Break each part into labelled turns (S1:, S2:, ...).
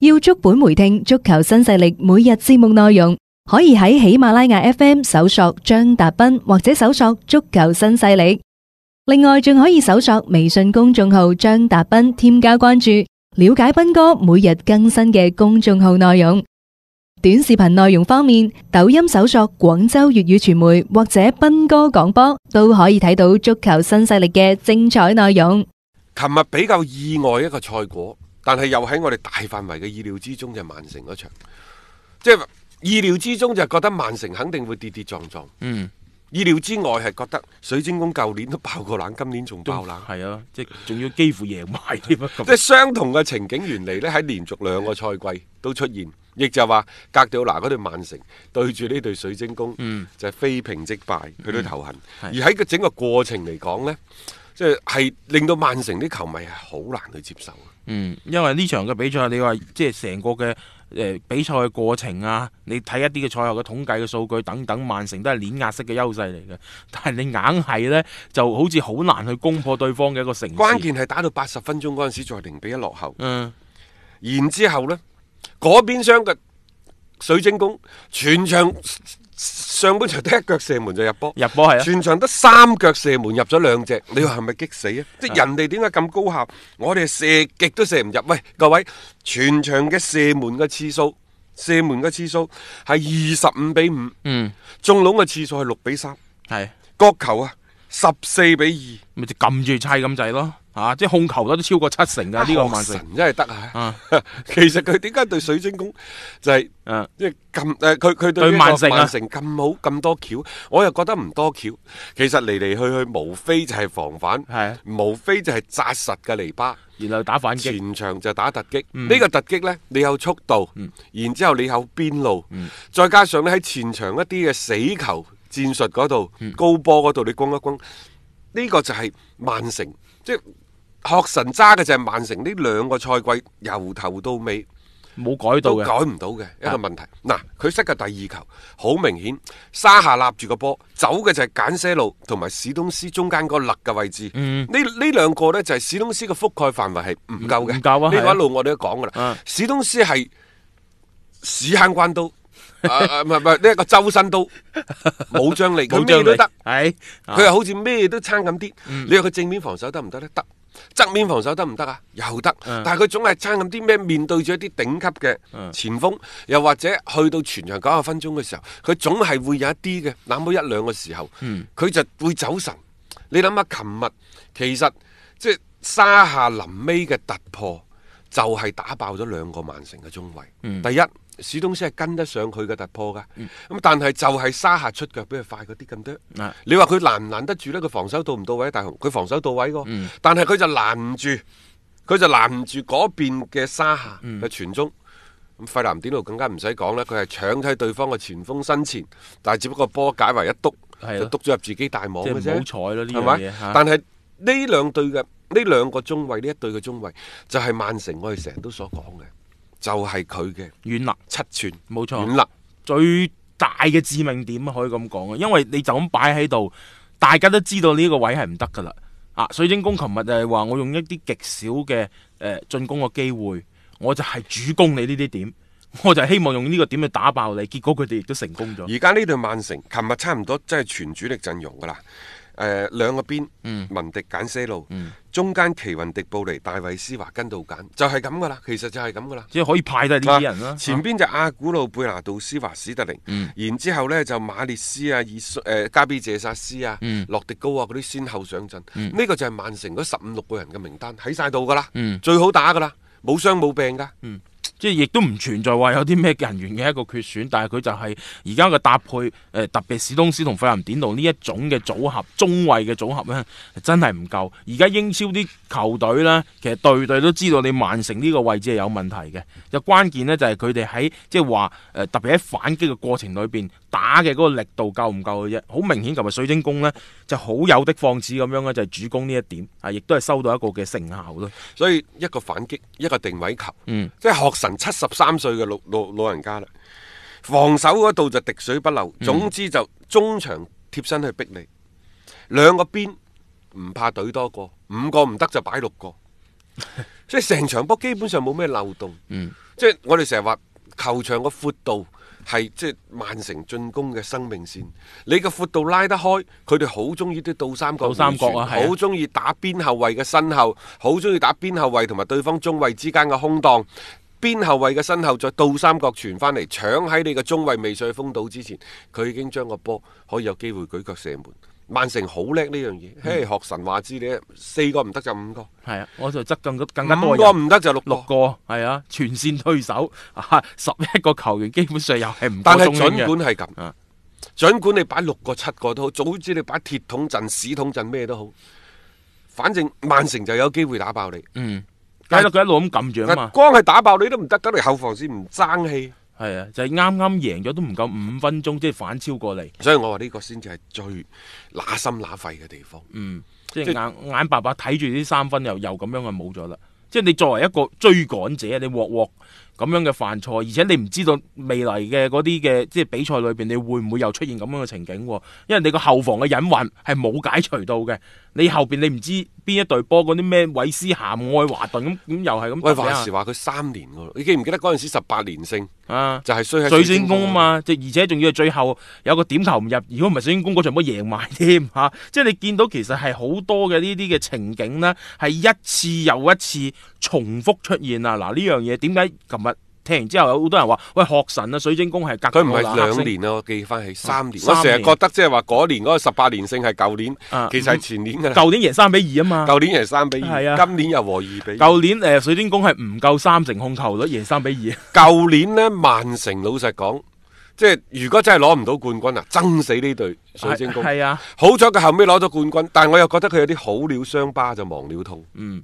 S1: 要足本回聽足球新勢力每日節目內容，可以喺喜馬拉雅 FM 搜索張達斌或者搜索足球新勢力。另外，仲可以搜索微信公眾號張達斌，添加關注，了解斌哥每日更新嘅公眾號內容。短視頻內容方面，抖音搜索廣州粵語傳媒或者斌哥廣播，都可以睇到足球新勢力嘅精彩內容。
S2: 琴日比較意外一個賽果，但係又喺我哋大範圍嘅意料之中，就係曼城嗰場，即係意料之中就係覺得曼城肯定會跌跌撞撞，
S3: 嗯，
S2: 意料之外係覺得水晶宮舊年都爆過冷，今年仲爆冷，
S3: 系啊，即係仲要幾乎贏埋 添啊！咁
S2: 即係相同嘅情景原嚟呢，喺連續兩個賽季都出現，亦就話格調拿嗰隊曼城對住呢隊水晶宮，
S3: 嗯
S2: 就係非平即敗，佢都頭痕。而
S3: 係
S2: 喺個整個過程嚟講呢，即係係令到曼城啲球迷係好難去接受。
S3: 嗯，因為呢場嘅比賽，你話即係成個嘅诶、呃比賽嘅過程啊，你睇一啲嘅賽後嘅統計嘅數據等等，曼城都係碾壓式嘅優勢嚟嘅。 但係你硬係呢，就好似好難去攻破對方嘅一個成市
S2: 關鍵係打到八十分鐘嗰陣時，再零比一落後，
S3: 嗯
S2: 然之後呢，嗰邊廂嘅水晶宮全場上半場得一腳射門就入波，
S3: 入波係啊，
S2: 全場得三腳射門入咗兩隻，你話係咪激死啊？即係人哋點解咁高效，我哋射極都射唔入。喂，各位，全場嘅射門嘅次數，射門嘅次數係二十五比五，
S3: 嗯
S2: 中籠嘅次數係六比三，
S3: 係
S2: 角球啊十四比
S3: 咪就撳住砌咁滯咯，吓、即係控球率都超過七成
S2: 二，
S3: 啊㗎呢、個
S2: 啊學
S3: 曼城
S2: 神真係得啊！
S3: 啊，
S2: 其實佢點解對水晶宮就係
S3: 嗯
S2: 即係咁誒？佢佢對
S3: 對
S2: 呢個
S3: 曼城啊
S2: 曼城咁好咁多橋，我又覺得唔多橋。其實嚟嚟去去，無非就係防反，
S3: 係啊
S2: 無非就係扎實嘅離巴。
S3: 然後打反擊。
S2: 前場就打突擊，呢、個突擊呢，你有速度，然之後你有邊路，再加上咧喺前場一啲嘅死球戰術嗰度、高波嗰度，你轟一轟，呢、個就係曼城，即係學神揸嘅就係曼城呢兩個賽季由頭到尾
S3: 冇改到
S2: 都
S3: 嘅，
S2: 改唔到嘅一個問題。嗱，佢失嘅第二球好明顯，沙下立住個波，走嘅就係簡些路同埋史東斯中間嗰個勒嘅位置。
S3: 嗯
S2: 呢呢兩個呢，就係史東斯嘅覆蓋範圍係唔夠嘅。
S3: 唔夠啊
S2: 呢
S3: 係
S2: 個
S3: 啊
S2: 一路我哋都講噶啦
S3: 啊。
S2: 史東斯係屎坑關刀。啊啊唔係唔係呢一個周身刀，冇張力，佢 咩
S3: 冇將
S2: 都得，
S3: 係
S2: 佢又好似咩都撐咁啲。
S3: 嗯
S2: 你話佢正面防守得唔得呢？得。側面防守得唔得啊？又得，
S3: 嗯
S2: 但係佢總係撐咁啲咩？面對住一啲頂級嘅
S3: 嗯
S2: 前鋒，又或者去到全場九十分鐘嘅時候，佢總係會有一啲嘅，那麼一兩個時候，佢、
S3: 嗯
S2: 就會走神。你諗下，琴日其實即係沙下臨尾嘅突破，就係、打爆咗兩個曼城嘅中衞。
S3: 嗯
S2: 第一。史東斯係跟得上佢嘅突破㗎，咁、但係就係沙下出腳比佢快嗰啲咁多。
S3: 啊
S2: 你話佢攔唔攔得住呢？佢防守到唔到位？大雄佢防守到位喎，
S3: 嗯
S2: 但係佢就攔唔住，佢就攔唔住嗰邊嘅沙下
S3: 嗯
S2: 嘅傳中。咁費南典奴更加唔使講啦，佢係搶喺對方嘅前鋒身前，但係只不過波解為一篤，
S3: 係
S2: 就
S3: 咯
S2: 篤咗入自己大網
S3: 即係
S2: 嘅
S3: 唔
S2: 啫。
S3: 好彩咯呢
S2: 係
S3: 樣
S2: 咪
S3: 嘢？嚇。
S2: 但係呢兩隊嘅呢兩個中衞，呢一隊嘅中衞就係曼城，我哋成日都所講嘅，就係佢嘅
S3: 遠啦，
S2: 七寸
S3: 冇錯
S2: 遠立。
S3: 最大嘅致命點可以咁講啊，因為你就咁擺喺度，大家都知道呢個位係唔得噶啦。啊，水晶宮琴日就係話我用一啲極少嘅誒進攻嘅機會，我就係主攻你呢啲點，我就係希望用呢個點去打爆你，結果佢哋亦都成功咗。
S2: 而家呢隊曼城，琴日差唔多真係全主力陣容噶啦。誒、兩個邊，
S3: 嗯
S2: 文迪簡些路，中間奇雲迪布尼、大衛斯華跟到揀，就係咁噶啦。其實就係咁噶啦。啊
S3: 即係可以派低呢啲人啦，嗯
S2: 前邊就阿古路、貝拿杜斯華、史特靈，然之後呢就馬列斯啊、以誒、呃加比謝薩斯啊、
S3: 嗯
S2: 洛迪高啊嗰啲先後上陣，呢、個就係曼城嗰十五六個人嘅名單喺晒度噶啦，
S3: 嗯
S2: 最好打噶啦，冇傷冇病噶。
S3: 即係亦都唔存在話有啲咩人員嘅一個缺損，但係佢就係而家嘅搭配，誒、特別史東斯同費南典奴呢一種嘅組合，中衞嘅組合呢，真係唔夠。而家英超啲球隊呢，其實隊隊都知道你曼城呢個位置係有問題嘅，就關鍵呢，就係佢哋喺即係話誒特別喺反擊嘅過程裏邊打嘅嗰個力度夠唔夠嘅啫。好明顯，琴啊日水晶宮呢就好有的放矢咁樣呢，就係、主攻呢一點啊，亦都係收到一個嘅成效咯。
S2: 所以一個反擊，一個定位球，
S3: 嗯
S2: 即係學神七十三歲嘅老老老人家啦。防守嗰度就滴水不漏，總之就中場貼身去逼你，兩個邊唔怕隊多個，五個唔得就擺六個。所以成場波基本上冇咩漏洞。
S3: 嗯
S2: 即係我哋成日話球場個闊度係即係曼城進攻嘅生命線。你個闊度拉得開，佢哋好中意啲倒三角
S3: 倒三角啊
S2: 回
S3: 係
S2: 旋
S3: 啊
S2: 好中意打邊後衞嘅身後，好中意打邊後衞同埋對方中衞之間嘅空檔。邊後衞嘅身後再倒三角傳翻嚟，搶喺你嘅中衞未上去封堵之前，佢已經將個波可以有機會舉腳射門。曼城好叻呢樣嘢，
S3: 嗯
S2: 嘿，學神話知你四個唔得就五個，
S3: 系啊，我就執更更加
S2: 五
S3: 多
S2: 個
S3: 人。
S2: 唔得就六
S3: 六
S2: 個。
S3: 個係啊，全線推手 啊，十一個球員基本上又係唔
S2: 但
S3: 過
S2: 係儘
S3: 中嘅。
S2: 管係咁
S3: 啊，
S2: 儘管你擺六個七個都好，早知你擺鐵桶陣、屎桶陣咩都好，反正曼城就有機會打爆你。
S3: 嗯，睇到佢一路咁撳住啊
S2: 但
S3: 嘛，
S2: 光係打爆你都唔得，咁你後防線唔爭氣，
S3: 係啊，就係啱啱贏咗都唔夠五分鐘，即係反超過嚟，
S2: 所以我話呢個先至係最乸心乸肺嘅地方。
S3: 嗯，即係
S2: 即
S3: 眼眼白白睇住啲三分又又咁樣就冇咗啦。即係你作為一個追趕者，你鑊鑊咁樣嘅犯錯，而且你唔知道未來嘅嗰啲嘅即係比賽裏邊，你會唔會又出現咁樣嘅情景喎？因為你個後防嘅隱患係冇解除到嘅，你後邊你唔知邊一隊波嗰啲咩韋斯咸、愛華頓咁咁又係咁揼你
S2: 喂，
S3: 啊。
S2: 話時話佢三年噶咯，你記唔記得嗰陣時十八連勝
S3: 啊！
S2: 就係衰喺
S3: 水
S2: 水
S3: 晶
S2: 晶
S3: 宮啊
S2: 宮？
S3: 嘛，即係而且仲要係最後有個點球唔入，如果唔係水晶宮嗰場波贏埋添 嚇，啊即係你見到其實係好多嘅呢啲嘅情景呢，係一次又一次重複出現啊！嗱呢樣嘢點解琴日聽完之後有好多人話喂學神啊，水晶宮係隔
S2: 佢唔係
S3: 到那
S2: 兩
S3: 黑星
S2: 年啊，我記翻起三年。
S3: 三
S2: 我成日
S3: 年
S2: 覺得即係話嗰年嗰個十八連勝係舊年，
S3: 啊
S2: 其實係前年㗎啦。
S3: 舊年贏三比二啊嘛，
S2: 舊年贏三比
S3: 係
S2: 二，
S3: 啊
S2: 今年又和二比二。
S3: 舊年誒、呃水晶宮係唔夠三成控球率贏三比二。
S2: 舊年呢，曼城老實講，即係如果真係攞唔到冠軍啊，憎死呢隊水晶宮。
S3: 係啊，
S2: 好彩佢後尾攞咗冠軍，但係我又覺得佢有啲好了傷疤就忘了痛。
S3: 嗯，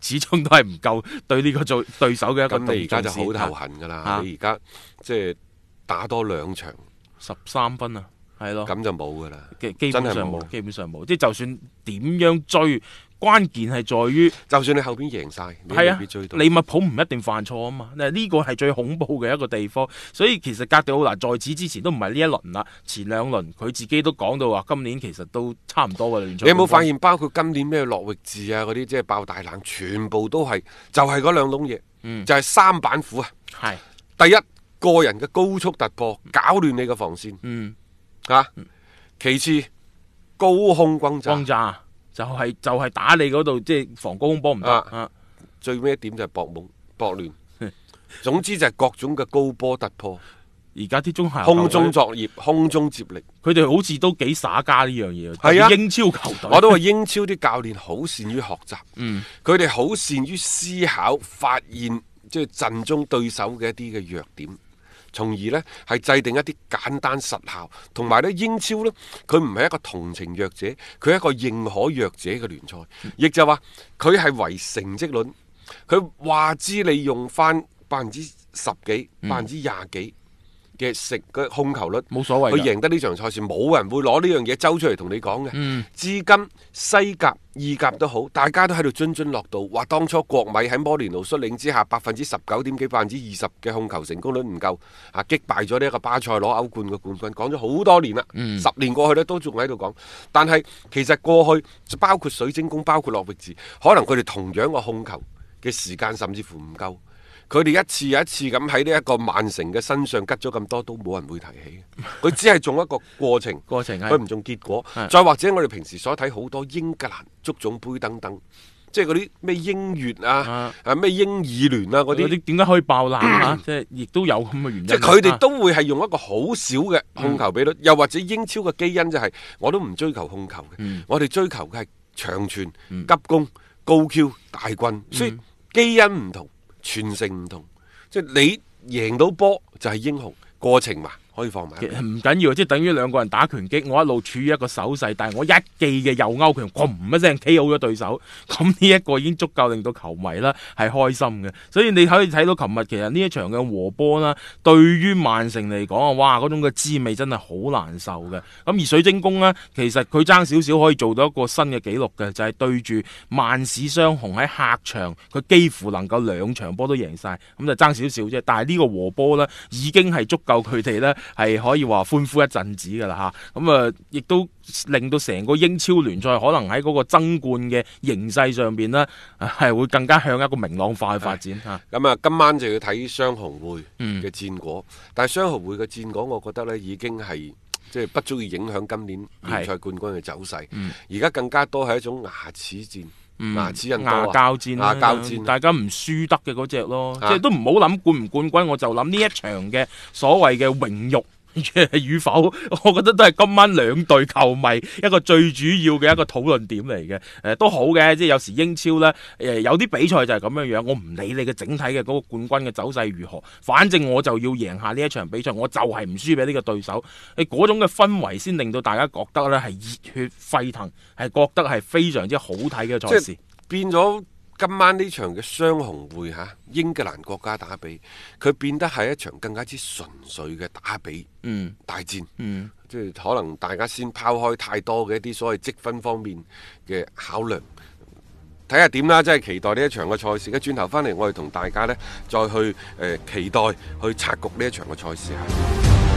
S3: 始終都係唔夠對呢個做對手嘅一個
S2: 咁你而家就好
S3: 重視啊
S2: 頭痕㗎啦，
S3: 啊哦
S2: 你而家即係打多兩場，
S3: 十三分啊，係咯。
S2: 咁就冇㗎啦。
S3: 基基
S2: 真
S3: 本
S2: 係
S3: 上
S2: 冇
S3: 冇，基本上冇。即係就算點樣追，關鍵係在於
S2: 就算你後邊贏晒，你都
S3: 係
S2: 未
S3: 啊
S2: 必追，到。
S3: 利物浦唔一定犯錯啊嘛。嗱，呢個係最恐怖嘅一個地方。所以其實格迪奧拿在此之前都唔係呢一輪啦，前兩輪佢自己都講到話，今年其實都差唔多㗎啦。聯賽
S2: 你有冇發
S3: 冠軍？
S2: 現包括今年咩諾域治啊嗰啲，即係爆大冷，全部都係就係嗰兩籠嘢，
S3: 嗯
S2: 就係三板斧啊！
S3: 係，
S2: 第一個人嘅高速突破，搞亂你嘅防線。
S3: 嗯，
S2: 啊，其次高空轟炸，
S3: 轟炸啊就係、就係、打你嗰度，即係防高空波唔得
S2: 啊
S3: 啊。
S2: 最尾一點就係搏懵搏 亂。總之就係各種嘅高波突破、
S3: 而家啲中下
S2: 空中作業、空中接力。
S3: 佢哋好似都幾耍家呢樣嘢，
S2: 係啊
S3: 特別英超球隊
S2: 我都話英超啲教練好善於學習，
S3: 嗯
S2: 佢哋好善於思考、發現即係陣中對手嘅一啲嘅弱點。從而呢，係制定一啲簡單實效，同埋呢，英超呢，佢唔係一個同情弱者，佢係一個認可弱者嘅聯賽，亦就話佢係為成績論，佢話知你用翻百分之十幾、百分之廿幾嘅食嘅控球率，
S3: 嗯冇所謂㗎
S2: 佢贏得呢場賽事，冇人會攞呢樣嘢周出嚟同你講嘅。
S3: 嗯
S2: 至今西甲、意甲都好，大家都喺度津津樂道，話當初國米喺摩連奴率領之下，百分之十九點幾、百分之二十嘅控球成功率唔夠，啊擊敗咗呢一個巴塞攞歐冠嘅冠軍，講咗好多年啦，
S3: 嗯
S2: 十年過去咧都仲喺度講。但係其實過去包括水晶宮、包括諾域治，可能佢哋同樣嘅控球嘅時間甚至乎唔夠。佢哋一次又一次咁喺呢一個曼城嘅身上拮咗咁多，都冇人會提起。佢只係中一個過程，
S3: 過程係
S2: 佢唔中結果
S3: 係。
S2: 再或者我哋平時所睇好多英格蘭足總杯等等，即係嗰啲咩英乙啊
S3: 啊、
S2: 啊咩英二聯啊嗰
S3: 嗰
S2: 啲，
S3: 啲點解可以爆 冷啊？即係亦都有咁嘅原因啊。嗯
S2: 即係佢哋都會係用一個好少嘅控球比率，又或者英超嘅基因就係、我都唔追求控球嘅，
S3: 嗯
S2: 我哋追求嘅係長傳、
S3: 嗯
S2: 急攻、高 Q、大棍，所以基因唔同，傳承唔同，即係你贏到波就係英雄，過程嘛可以放埋一
S3: 其
S2: 邊。
S3: 實唔緊要，即係等於兩個人打拳擊，我一路處於一個手勢，但係我一記嘅右勾拳，砰一聲 K.O. 咗對手， 咁呢一個已經足夠令到球迷啦係開心嘅。所以你可以睇到琴日其實呢一場嘅和波啦，對於曼城嚟講啊，哇嗰種嘅滋味真係好難受嘅。咁而水晶宮呢，其實佢爭少少可以做到一個新嘅紀錄嘅，就係、對住曼市雙雄喺客場，佢幾乎能夠兩場波都贏晒，咁就爭少少啫。但係呢個和波呢，已經係足夠佢哋呢係可以話歡呼一陣子㗎啦吓。咁啊，亦都令到成個英超聯賽可能喺嗰個爭冠嘅形勢上邊呢，啊係會更加向一個明朗化去發展吓。
S2: 咁啊，今晚就要睇雙紅會
S3: 嗯
S2: 嘅戰果，但係雙紅會嘅戰果，我覺得呢已經係即係不足以影響今年聯賽冠軍嘅走勢。
S3: 嗯
S2: 而家更加多係一種牙齒戰，牙齒印多
S3: 牙
S2: 啊，
S3: 膠戰
S2: 牙
S3: 啦，
S2: 膠戰
S3: 大家唔輸得嘅嗰只咯，即
S2: 啊
S3: 係都唔好諗冠唔冠軍，我就諗呢一場嘅所謂嘅榮辱 與否，我覺得都係今晚兩隊球迷一個最主要嘅一個討論點嚟嘅。誒、都好嘅，即係有時英超呢，誒、有啲比賽就係咁樣樣，我唔理你嘅整體嘅嗰個冠軍嘅走勢如何，反正我就要贏下呢一場比賽，我就係唔輸俾呢個對手。你嗰種嘅氛圍先令到大家覺得呢係熱血沸騰，係覺得係非常之好睇嘅賽
S2: 即
S3: 事
S2: 係。變咗今晚呢場嘅雙紅會嚇英格蘭國家打比，佢變得係一場更加之純粹嘅打比
S3: 嗯
S2: 大戰。
S3: 嗯。
S2: 即係可能大家先拋開太多嘅一啲所謂積分方面嘅考量，睇下點啦。真係期待呢一場嘅賽事。一轉頭翻嚟，我哋同大家呢，再去誒、呃期待去拆局呢一場嘅賽事嚇。